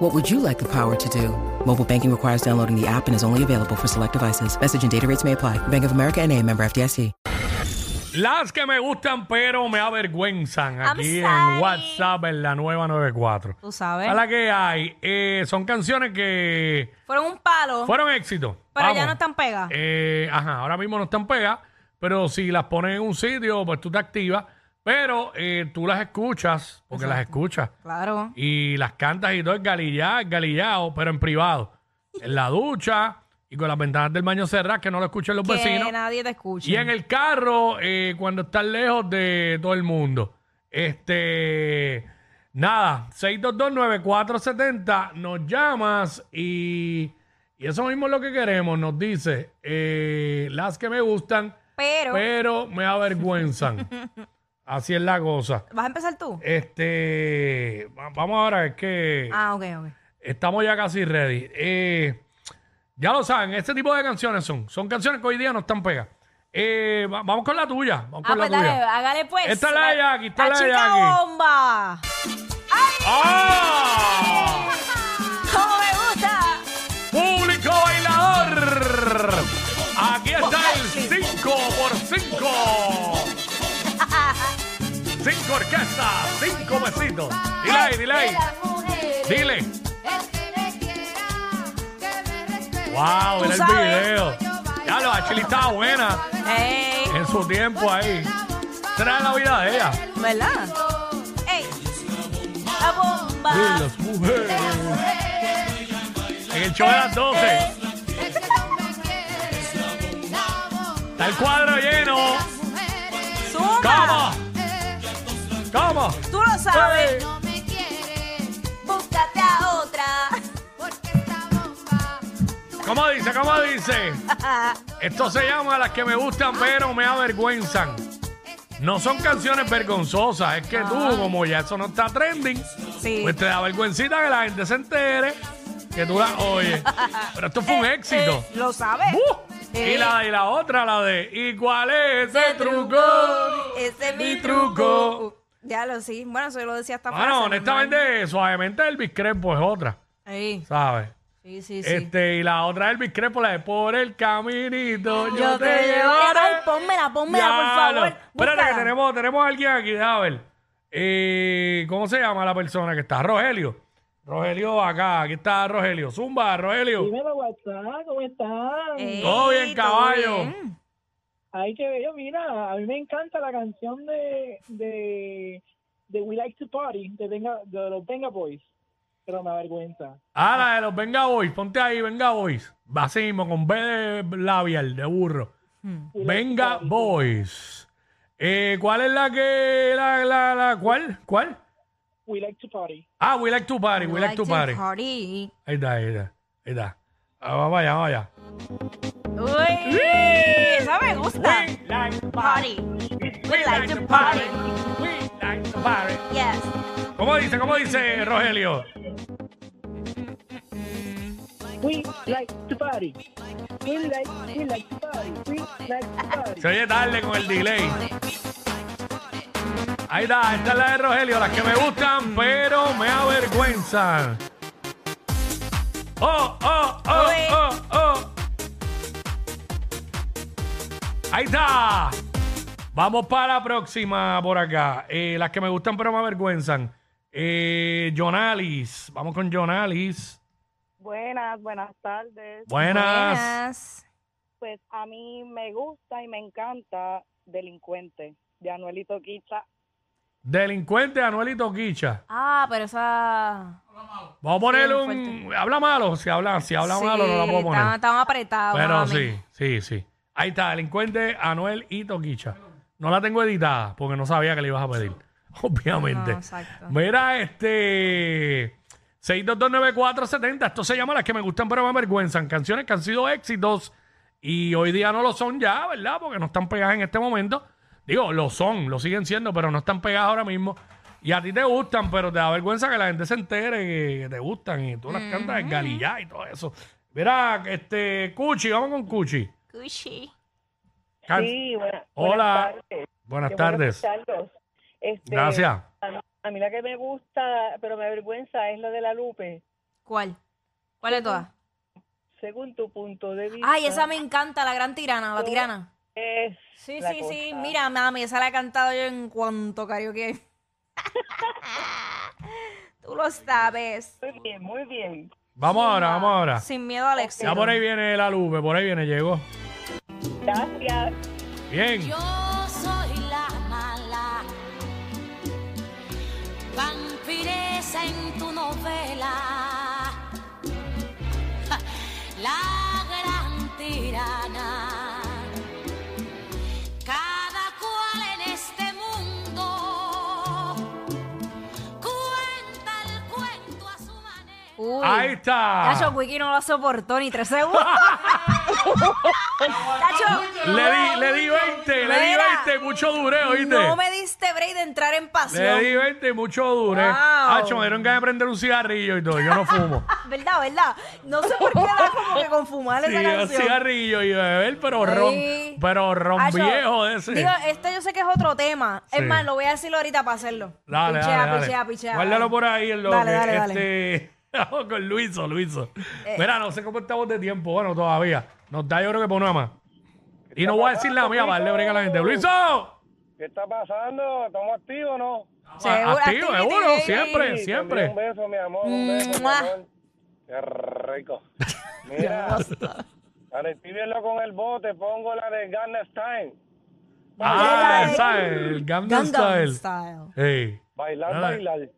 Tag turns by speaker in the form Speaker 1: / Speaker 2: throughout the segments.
Speaker 1: What would you like the power to do? Mobile banking requires downloading the app and is only available for select devices. Message and data rates may apply. Bank of America and a member FDIC.
Speaker 2: Las que me gustan pero me avergüenzan
Speaker 3: I'm
Speaker 2: aquí
Speaker 3: sorry.
Speaker 2: en WhatsApp en la nueva 94.
Speaker 3: Tú sabes.
Speaker 2: A la que hay, eh, son canciones que
Speaker 3: Fueron un palo,
Speaker 2: fueron éxito.
Speaker 3: pero ya
Speaker 2: Vamos.
Speaker 3: no están pegadas.
Speaker 2: Eh, ajá, ahora mismo no están pegadas, pero si las pones en un sitio, pues tú te activas, pero eh, tú las escuchas, porque las escuchas,
Speaker 3: claro.
Speaker 2: y las cantas y todo es galillado, galillado, pero en privado. En la ducha y con las ventanas del baño cerradas, que no lo escuchen los
Speaker 3: Que
Speaker 2: vecinos.
Speaker 3: nadie te escuche.
Speaker 2: Y en el carro, eh, cuando estás lejos de todo el mundo. Este. Nada, 6229470, nos llamas y, y eso mismo es lo que queremos. Nos dice eh, las que me gustan,
Speaker 3: Pero,
Speaker 2: pero me avergüenzan. Así es la cosa.
Speaker 3: ¿vas a empezar
Speaker 2: eh,
Speaker 3: tú?
Speaker 2: Este. va- Vamos ahora, es que.
Speaker 3: Ah, ok, ok.
Speaker 2: Estamos ya casi ready. Eh, ya lo saben, este tipo de canciones son. Son canciones que hoy día no están pegas. Eh, va- vamos con la tuya. Vamos
Speaker 3: Ah,
Speaker 2: con la
Speaker 3: pues
Speaker 2: tuya.
Speaker 3: dale, hágale pues.
Speaker 2: Esta es la de Jackie, esta es la de
Speaker 3: chica
Speaker 2: Jackie.
Speaker 3: bomba.
Speaker 2: ¡Ah!
Speaker 3: ¿Cómo me gusta?
Speaker 2: ¡Público bailador! Aquí está el 5x5. Cinco orquestas, cinco besitos. Dile ahí, dile ahí. Dile. ¡Wow!
Speaker 3: Tú
Speaker 2: Era el
Speaker 3: sabes.
Speaker 2: video. Ya lo, Ashley estaba buena
Speaker 3: Ey,
Speaker 2: en su tiempo ahí. Trae la vida de ella.
Speaker 3: ¿verdad? Ey. La bomba.
Speaker 2: de las mujeres. En el show de las 12. Está el cuadro lleno.
Speaker 3: Zumba.
Speaker 2: ¿Cómo? ¿Cómo?
Speaker 3: Tú lo sabes.
Speaker 2: Sí. Pues.
Speaker 3: Búscate a otra.
Speaker 2: ¿Cómo dice? ¿Cómo dice? Esto se llama Las que me gustan pero me avergüenzan. No son canciones vergonzosas. Es que
Speaker 3: Ah.
Speaker 2: tú, como ya eso no está trending,
Speaker 3: Sí.
Speaker 2: pues te da vergüencita que la gente se entere que tú la oyes. Pero esto fue un
Speaker 3: Eh,
Speaker 2: éxito.
Speaker 3: eh, lo sabes.
Speaker 2: ¡Uh!
Speaker 3: Eh.
Speaker 2: Y la, y la otra, la de ¿Y cuál es ese
Speaker 3: Ese
Speaker 2: truco?
Speaker 3: Ese es mi
Speaker 2: Mi
Speaker 3: truco.
Speaker 2: truco.
Speaker 3: Ya lo sí. Bueno, eso yo lo decía hasta
Speaker 2: Bueno, honestamente, suavemente Elvis Crespo es otra,
Speaker 3: Sí,
Speaker 2: ¿sabes?
Speaker 3: sí, sí.
Speaker 2: Este, y la otra Elvis Crespo, la de por el caminito, yo,
Speaker 3: Yo
Speaker 2: te
Speaker 3: te
Speaker 2: llevaré.
Speaker 3: llevaré. Pónmela, pónmela, por
Speaker 2: Diablo.
Speaker 3: favor,
Speaker 2: Espérate,
Speaker 3: búscala.
Speaker 2: que tenemos, tenemos a alguien aquí, déjame ver. Eh, ¿Cómo se llama la persona que está? Rogelio. Rogelio acá, aquí está Rogelio. Zumba, Rogelio.
Speaker 4: Dímelo, WhatsApp, ¿cómo están?
Speaker 3: Ey,
Speaker 2: todo bien, caballo.
Speaker 3: bien.
Speaker 4: Ay, qué bello, mira, a mí me encanta la canción de, de, de We Like to Party, de, Venga- de los Venga Boys, pero me avergüenza.
Speaker 2: Ah, la de los Venga Boys, ponte ahí, Venga Boys. Vacimo con B de labial, de burro. Venga Boys. Eh, ¿Cuál es la que. La, la, la, ¿Cuál? ¿Cuál?
Speaker 4: We Like to Party.
Speaker 2: Ah, We Like to Party, We, like, to Party.
Speaker 3: party.
Speaker 2: Ahí está, ahí está. Ahí está. Ah, vamos allá, vamos allá.
Speaker 3: Uy, esa me gusta.
Speaker 2: We like to
Speaker 3: Party.
Speaker 2: Ah. We like to party. We like to party.
Speaker 3: Yes.
Speaker 2: ¿Cómo dice, cómo dice Rogelio?
Speaker 4: We Like to Party. We like, we like to party. We like to party.
Speaker 2: Se oye tarde con el delay. Ahí está, esta es la de Rogelio, las que me gustan, pero me avergüenzan. Oh, oh, oh,
Speaker 3: Uy.
Speaker 2: oh, oh. Ahí está. Vamos para la próxima por acá. Eh, las que me gustan, pero me avergüenzan. Eh, Jonalis. Vamos con Jonalis.
Speaker 5: Buenas, buenas tardes.
Speaker 2: Buenas.
Speaker 5: Pues a mí me gusta y me encanta Delincuente de Anuelito Quicha.
Speaker 2: Delincuente Anuelito Quicha.
Speaker 3: Ah, pero esa.
Speaker 2: Vamos a ponerle
Speaker 3: Sí,
Speaker 2: un. Habla malo, si habla, si habla malo, no la puedo poner.
Speaker 3: Estaban, estaban apretados.
Speaker 2: Pero
Speaker 3: mami.
Speaker 2: sí, sí, sí. Ahí está, delincuente Anuel y Toquicha. No la tengo editada porque no sabía que le ibas a pedir. Obviamente.
Speaker 3: No, exacto.
Speaker 2: Mira, este. 6229470. Esto se llama Las que me gustan pero me avergüenzan. Canciones que han sido éxitos Y hoy día no lo son ya, ¿verdad? Porque no están pegadas en este momento. Digo, lo son, lo siguen siendo, pero no están pegadas ahora mismo. Y a ti te gustan, pero te da vergüenza que la gente se entere que, que te gustan y tú las cantas en Galillá y todo eso. Mira, este, Cuchi, vamos con Cuchi.
Speaker 3: Cuchi.
Speaker 2: Can-
Speaker 5: Sí, buena-
Speaker 2: Hola.
Speaker 5: buenas tardes.
Speaker 2: Buenas
Speaker 5: Qué bueno
Speaker 2: tardes.
Speaker 5: escucharlos. Este,
Speaker 2: Gracias.
Speaker 5: A, a mí la que me gusta, pero me avergüenza, es lo de la Lupe.
Speaker 3: ¿Cuál? ¿Cuál de todas?
Speaker 5: Según tu punto de vista.
Speaker 3: Ay, esa me encanta, la gran tirana, la tirana.
Speaker 5: es
Speaker 3: Sí,
Speaker 5: la
Speaker 3: sí, sí.
Speaker 5: cosa.
Speaker 3: Mira, mami, esa la he cantado yo en cuanto karaoke. Tú lo sabes.
Speaker 5: Muy bien, muy bien.
Speaker 2: Vamos ahora, vamos ahora.
Speaker 3: Sin miedo al éxito.
Speaker 2: Ya por ahí viene la Lupe, por ahí viene, llegó.
Speaker 5: Gracias.
Speaker 2: Bien.
Speaker 6: Yo soy la mala, vampiresa en tu novela, Ja, la gran tirana. Cada cual en este mundo cuenta el cuento a su manera.
Speaker 3: Uy.
Speaker 2: Ahí está.
Speaker 3: Tacho, Wiki no lo soportó ni tres segundos. Tacho,
Speaker 2: Le di, le di 20, le di
Speaker 3: Mira,
Speaker 2: 20, mucho dureo, ¿viste?
Speaker 3: no me diste break de entrar en
Speaker 2: Le
Speaker 3: pasión.
Speaker 2: di 20 y mucho dure.
Speaker 3: Wow.
Speaker 2: Hacho, me dieron ganas de prender un cigarrillo y todo. Yo no fumo.
Speaker 3: ¿Verdad, verdad? No sé por qué da como que con fumar
Speaker 2: sí,
Speaker 3: esa
Speaker 2: un
Speaker 3: canción.
Speaker 2: cigarrillo y beber, pero ron,
Speaker 3: Sí.
Speaker 2: pero ron
Speaker 3: Tacho,
Speaker 2: viejo de ese.
Speaker 3: Digo, este yo sé que es otro tema.
Speaker 2: Sí.
Speaker 3: Es más, lo voy a decir ahorita para hacerlo.
Speaker 2: dale,
Speaker 3: pichea,
Speaker 2: dale, dale.
Speaker 3: pichea, pichea.
Speaker 2: Guárdalo por ahí, el loco.
Speaker 3: Dale, dale, dale. Eh.
Speaker 2: este... Vamos con Luiso, Luiso. Mira, no sé cómo estamos de tiempo. Bueno, todavía. Nos da yo creo que por una más. Y no voy a decir la mía para darle brega a la gente. ¡Luiso!
Speaker 7: ¿Qué está pasando? ¿Estamos activos o no?
Speaker 3: Seguro,
Speaker 2: Activo,
Speaker 3: activity,
Speaker 2: seguro,
Speaker 3: baby.
Speaker 2: siempre,
Speaker 7: Sí,
Speaker 2: siempre.
Speaker 7: Un beso, mi amor. Un beso, mi
Speaker 3: Mua.
Speaker 7: amor. Qué rico. Mira, para escribirlo con el bote, pongo la de Gangnam Style.
Speaker 2: Ah,
Speaker 3: Oye,
Speaker 2: esa es el Gangnam Style.
Speaker 3: Gangnam Style.
Speaker 2: Ey.
Speaker 7: Bailar,
Speaker 2: Dale.
Speaker 7: bailar.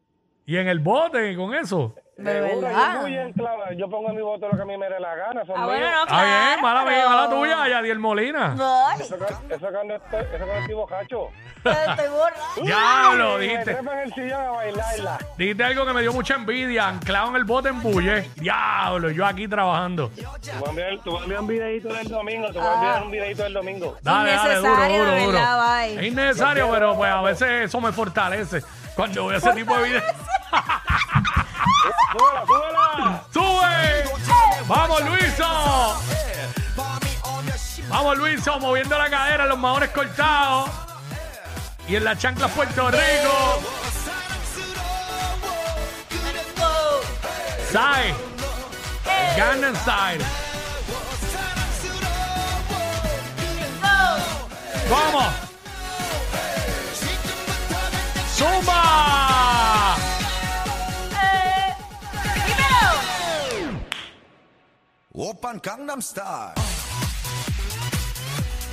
Speaker 2: Y en el bote con eso.
Speaker 3: De
Speaker 7: Seguro,
Speaker 3: verdad.
Speaker 7: yo muy enclavado. Yo pongo en mi bote lo que a mí me dé la gana. Son
Speaker 3: Ah, bueno,
Speaker 7: míos.
Speaker 3: no, claro.
Speaker 2: Ah, bien, mala mía,
Speaker 3: pero-
Speaker 2: mala tuya, Yadiel Molina.
Speaker 3: Ay,
Speaker 7: Eso, cu- eso cuando estoy, eso cuando estoy bocacho.
Speaker 3: estoy borracha.
Speaker 2: Diablo,
Speaker 7: Me
Speaker 2: Ah, dijiste.
Speaker 7: trepan el sillón a bailarla.
Speaker 2: Dijiste algo que me dio mucha envidia, anclado en el bote en Bulle. Diablo, yo aquí trabajando.
Speaker 7: Tú vas a enviar- tú vas a enviar un videito del domingo. Tú vas a enviar un videito del domingo.
Speaker 2: Dale, dale, duro,
Speaker 3: Innecesario,
Speaker 2: duro,
Speaker 3: de
Speaker 2: duro.
Speaker 3: verdad, bye.
Speaker 2: Es innecesario, pero pues a veces eso me fortalece. Cuando veo ese tipo de videos.
Speaker 7: ¡Súbela, súbela!
Speaker 2: ¡Sube! ¡Vamos, Luiso! ¡Vamos, Luiso! Moviendo la cadera, los maones cortados. Y en la chancla Puerto Rico. ¿Sabes? Gangnam Style. ¿Cómo? ¡Zumba!
Speaker 8: 오빤 강남스타일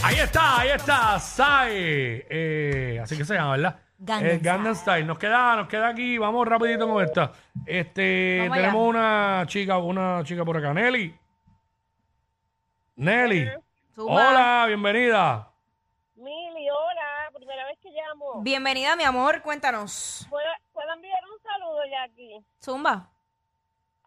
Speaker 2: Ahí está, ahí está, Sai. Eh, así que se llama, ¿verdad?
Speaker 6: Gangnam
Speaker 2: El Gangnam Style. Nos queda, nos queda aquí, vamos rapidito con esta. Este,
Speaker 3: Vamos allá.
Speaker 2: tenemos una chica, una chica por acá, Nelly. Nelly.
Speaker 3: Zumba.
Speaker 2: Hola, bienvenida.
Speaker 5: Mili, hola, primera vez que llamo.
Speaker 3: Bienvenida, mi amor, cuéntanos.
Speaker 5: ¿Puedo, puedo enviar un saludo, Jackie?
Speaker 3: Zumba.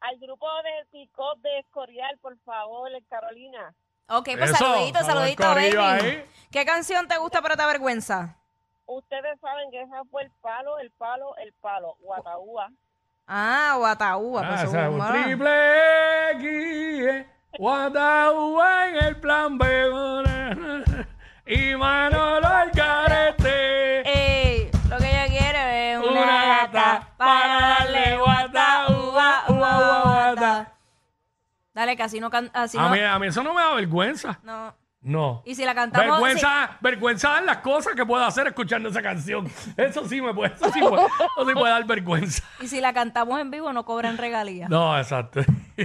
Speaker 5: Al grupo de Picot de Escorial, por favor, en Carolina.
Speaker 3: Ok, pues
Speaker 2: Eso,
Speaker 3: saludito,
Speaker 2: saluda
Speaker 3: saludito,
Speaker 2: al corillo
Speaker 3: baby.
Speaker 2: ahí.
Speaker 3: ¿Qué canción te gusta pero te avergüenza?
Speaker 5: Ustedes saben que esa fue el palo, el palo, el palo. Guataúa.
Speaker 3: Ah, Guataúba.
Speaker 2: Ah,
Speaker 3: pues,
Speaker 2: esa es un
Speaker 3: zumba.
Speaker 2: triple X, eh. Guatahuá en el plan B. Y Manolo al carete.
Speaker 3: Eh, Ey, lo que ella quiere es una,
Speaker 2: Una
Speaker 3: gata,
Speaker 2: gata
Speaker 3: para darle guata, uva, uva, uva, guata. Dale, que así no can, así
Speaker 2: a,
Speaker 3: no,
Speaker 2: mí, a mí eso no me da vergüenza.
Speaker 3: no.
Speaker 2: No.
Speaker 3: Y si la cantamos
Speaker 2: Vergüenza, vergüenza dan las cosas que puedo hacer escuchando esa canción. Eso sí me puede, eso sí puede, eso sí puede dar vergüenza.
Speaker 3: si- y si la cantamos en vivo no cobran regalías.
Speaker 2: No, exacto.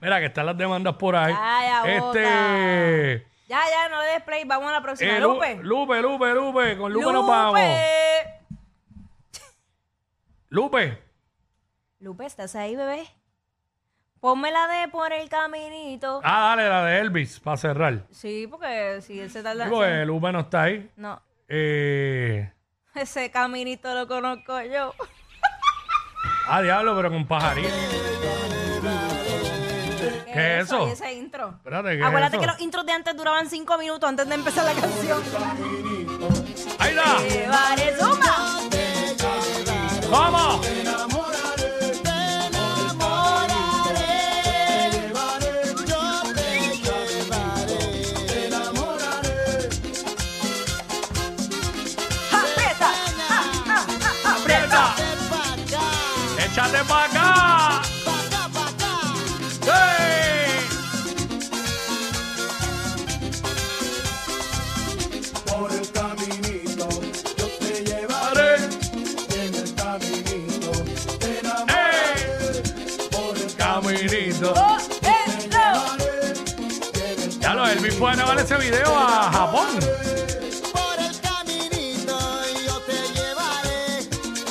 Speaker 2: Mira que están las demandas por ahí.
Speaker 3: Calla boca.
Speaker 2: este,
Speaker 3: Ya, ya, no le des play, vamos a la próxima.
Speaker 2: eh, Lu-
Speaker 3: Lupe.
Speaker 2: Lupe, Lupe, Lupe, con Lupe, nos
Speaker 3: Lupe.
Speaker 2: vamos. Lupe,
Speaker 3: Lupe, ¿estás ahí, bebé? Pónmela de por el caminito.
Speaker 2: ah, dale la de Elvis para cerrar.
Speaker 3: Sí, porque si él se tarda.
Speaker 2: Digo, eh, Lupe no está ahí.
Speaker 3: No,
Speaker 2: Eh,
Speaker 3: ese caminito lo conozco yo.
Speaker 2: ah, diablo, pero con pajarito.
Speaker 3: ¿Qué ¿Qué,
Speaker 2: ¿Qué es eso?
Speaker 3: ¿Y ese intro?
Speaker 2: Espérate, ¿qué es
Speaker 3: Acuérdate
Speaker 2: eso?
Speaker 3: que los intros de antes duraban cinco minutos antes de empezar la canción. Eh,
Speaker 2: ¡Ahí está!
Speaker 3: Llevaré zumba.
Speaker 2: ¡Vamos!
Speaker 3: Aprieta, ah, ah, ah, aprieta.
Speaker 2: ¡Échate para acá! ¡Ey!
Speaker 9: Por el caminito, yo te
Speaker 2: ¡Pare!
Speaker 9: llevaré. En el caminito, te enamoraré.
Speaker 2: ¡Ey!
Speaker 9: Por el
Speaker 2: ¡Caminito!
Speaker 3: Oh, eso.
Speaker 9: caminito,
Speaker 2: Ya lo, Elvis puede grabar ese video a Japón.
Speaker 9: por el caminito, yo te llevaré.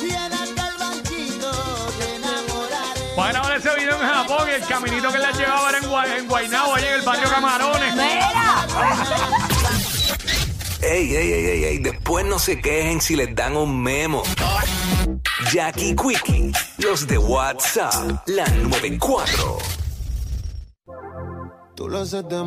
Speaker 9: Y en aquel banquito, te enamoraré.
Speaker 2: Puede grabar ese video en Japón y el caminito que le han llevado era en, Guay- en Guaynabo, allá en el barrio Camarones.
Speaker 3: Mira.
Speaker 10: Ey, ey, ey, ey, ey, después no se quejen si les dan un memo. Jackie Quickie, los de WhatsApp, la 94.
Speaker 9: Tú lo haces de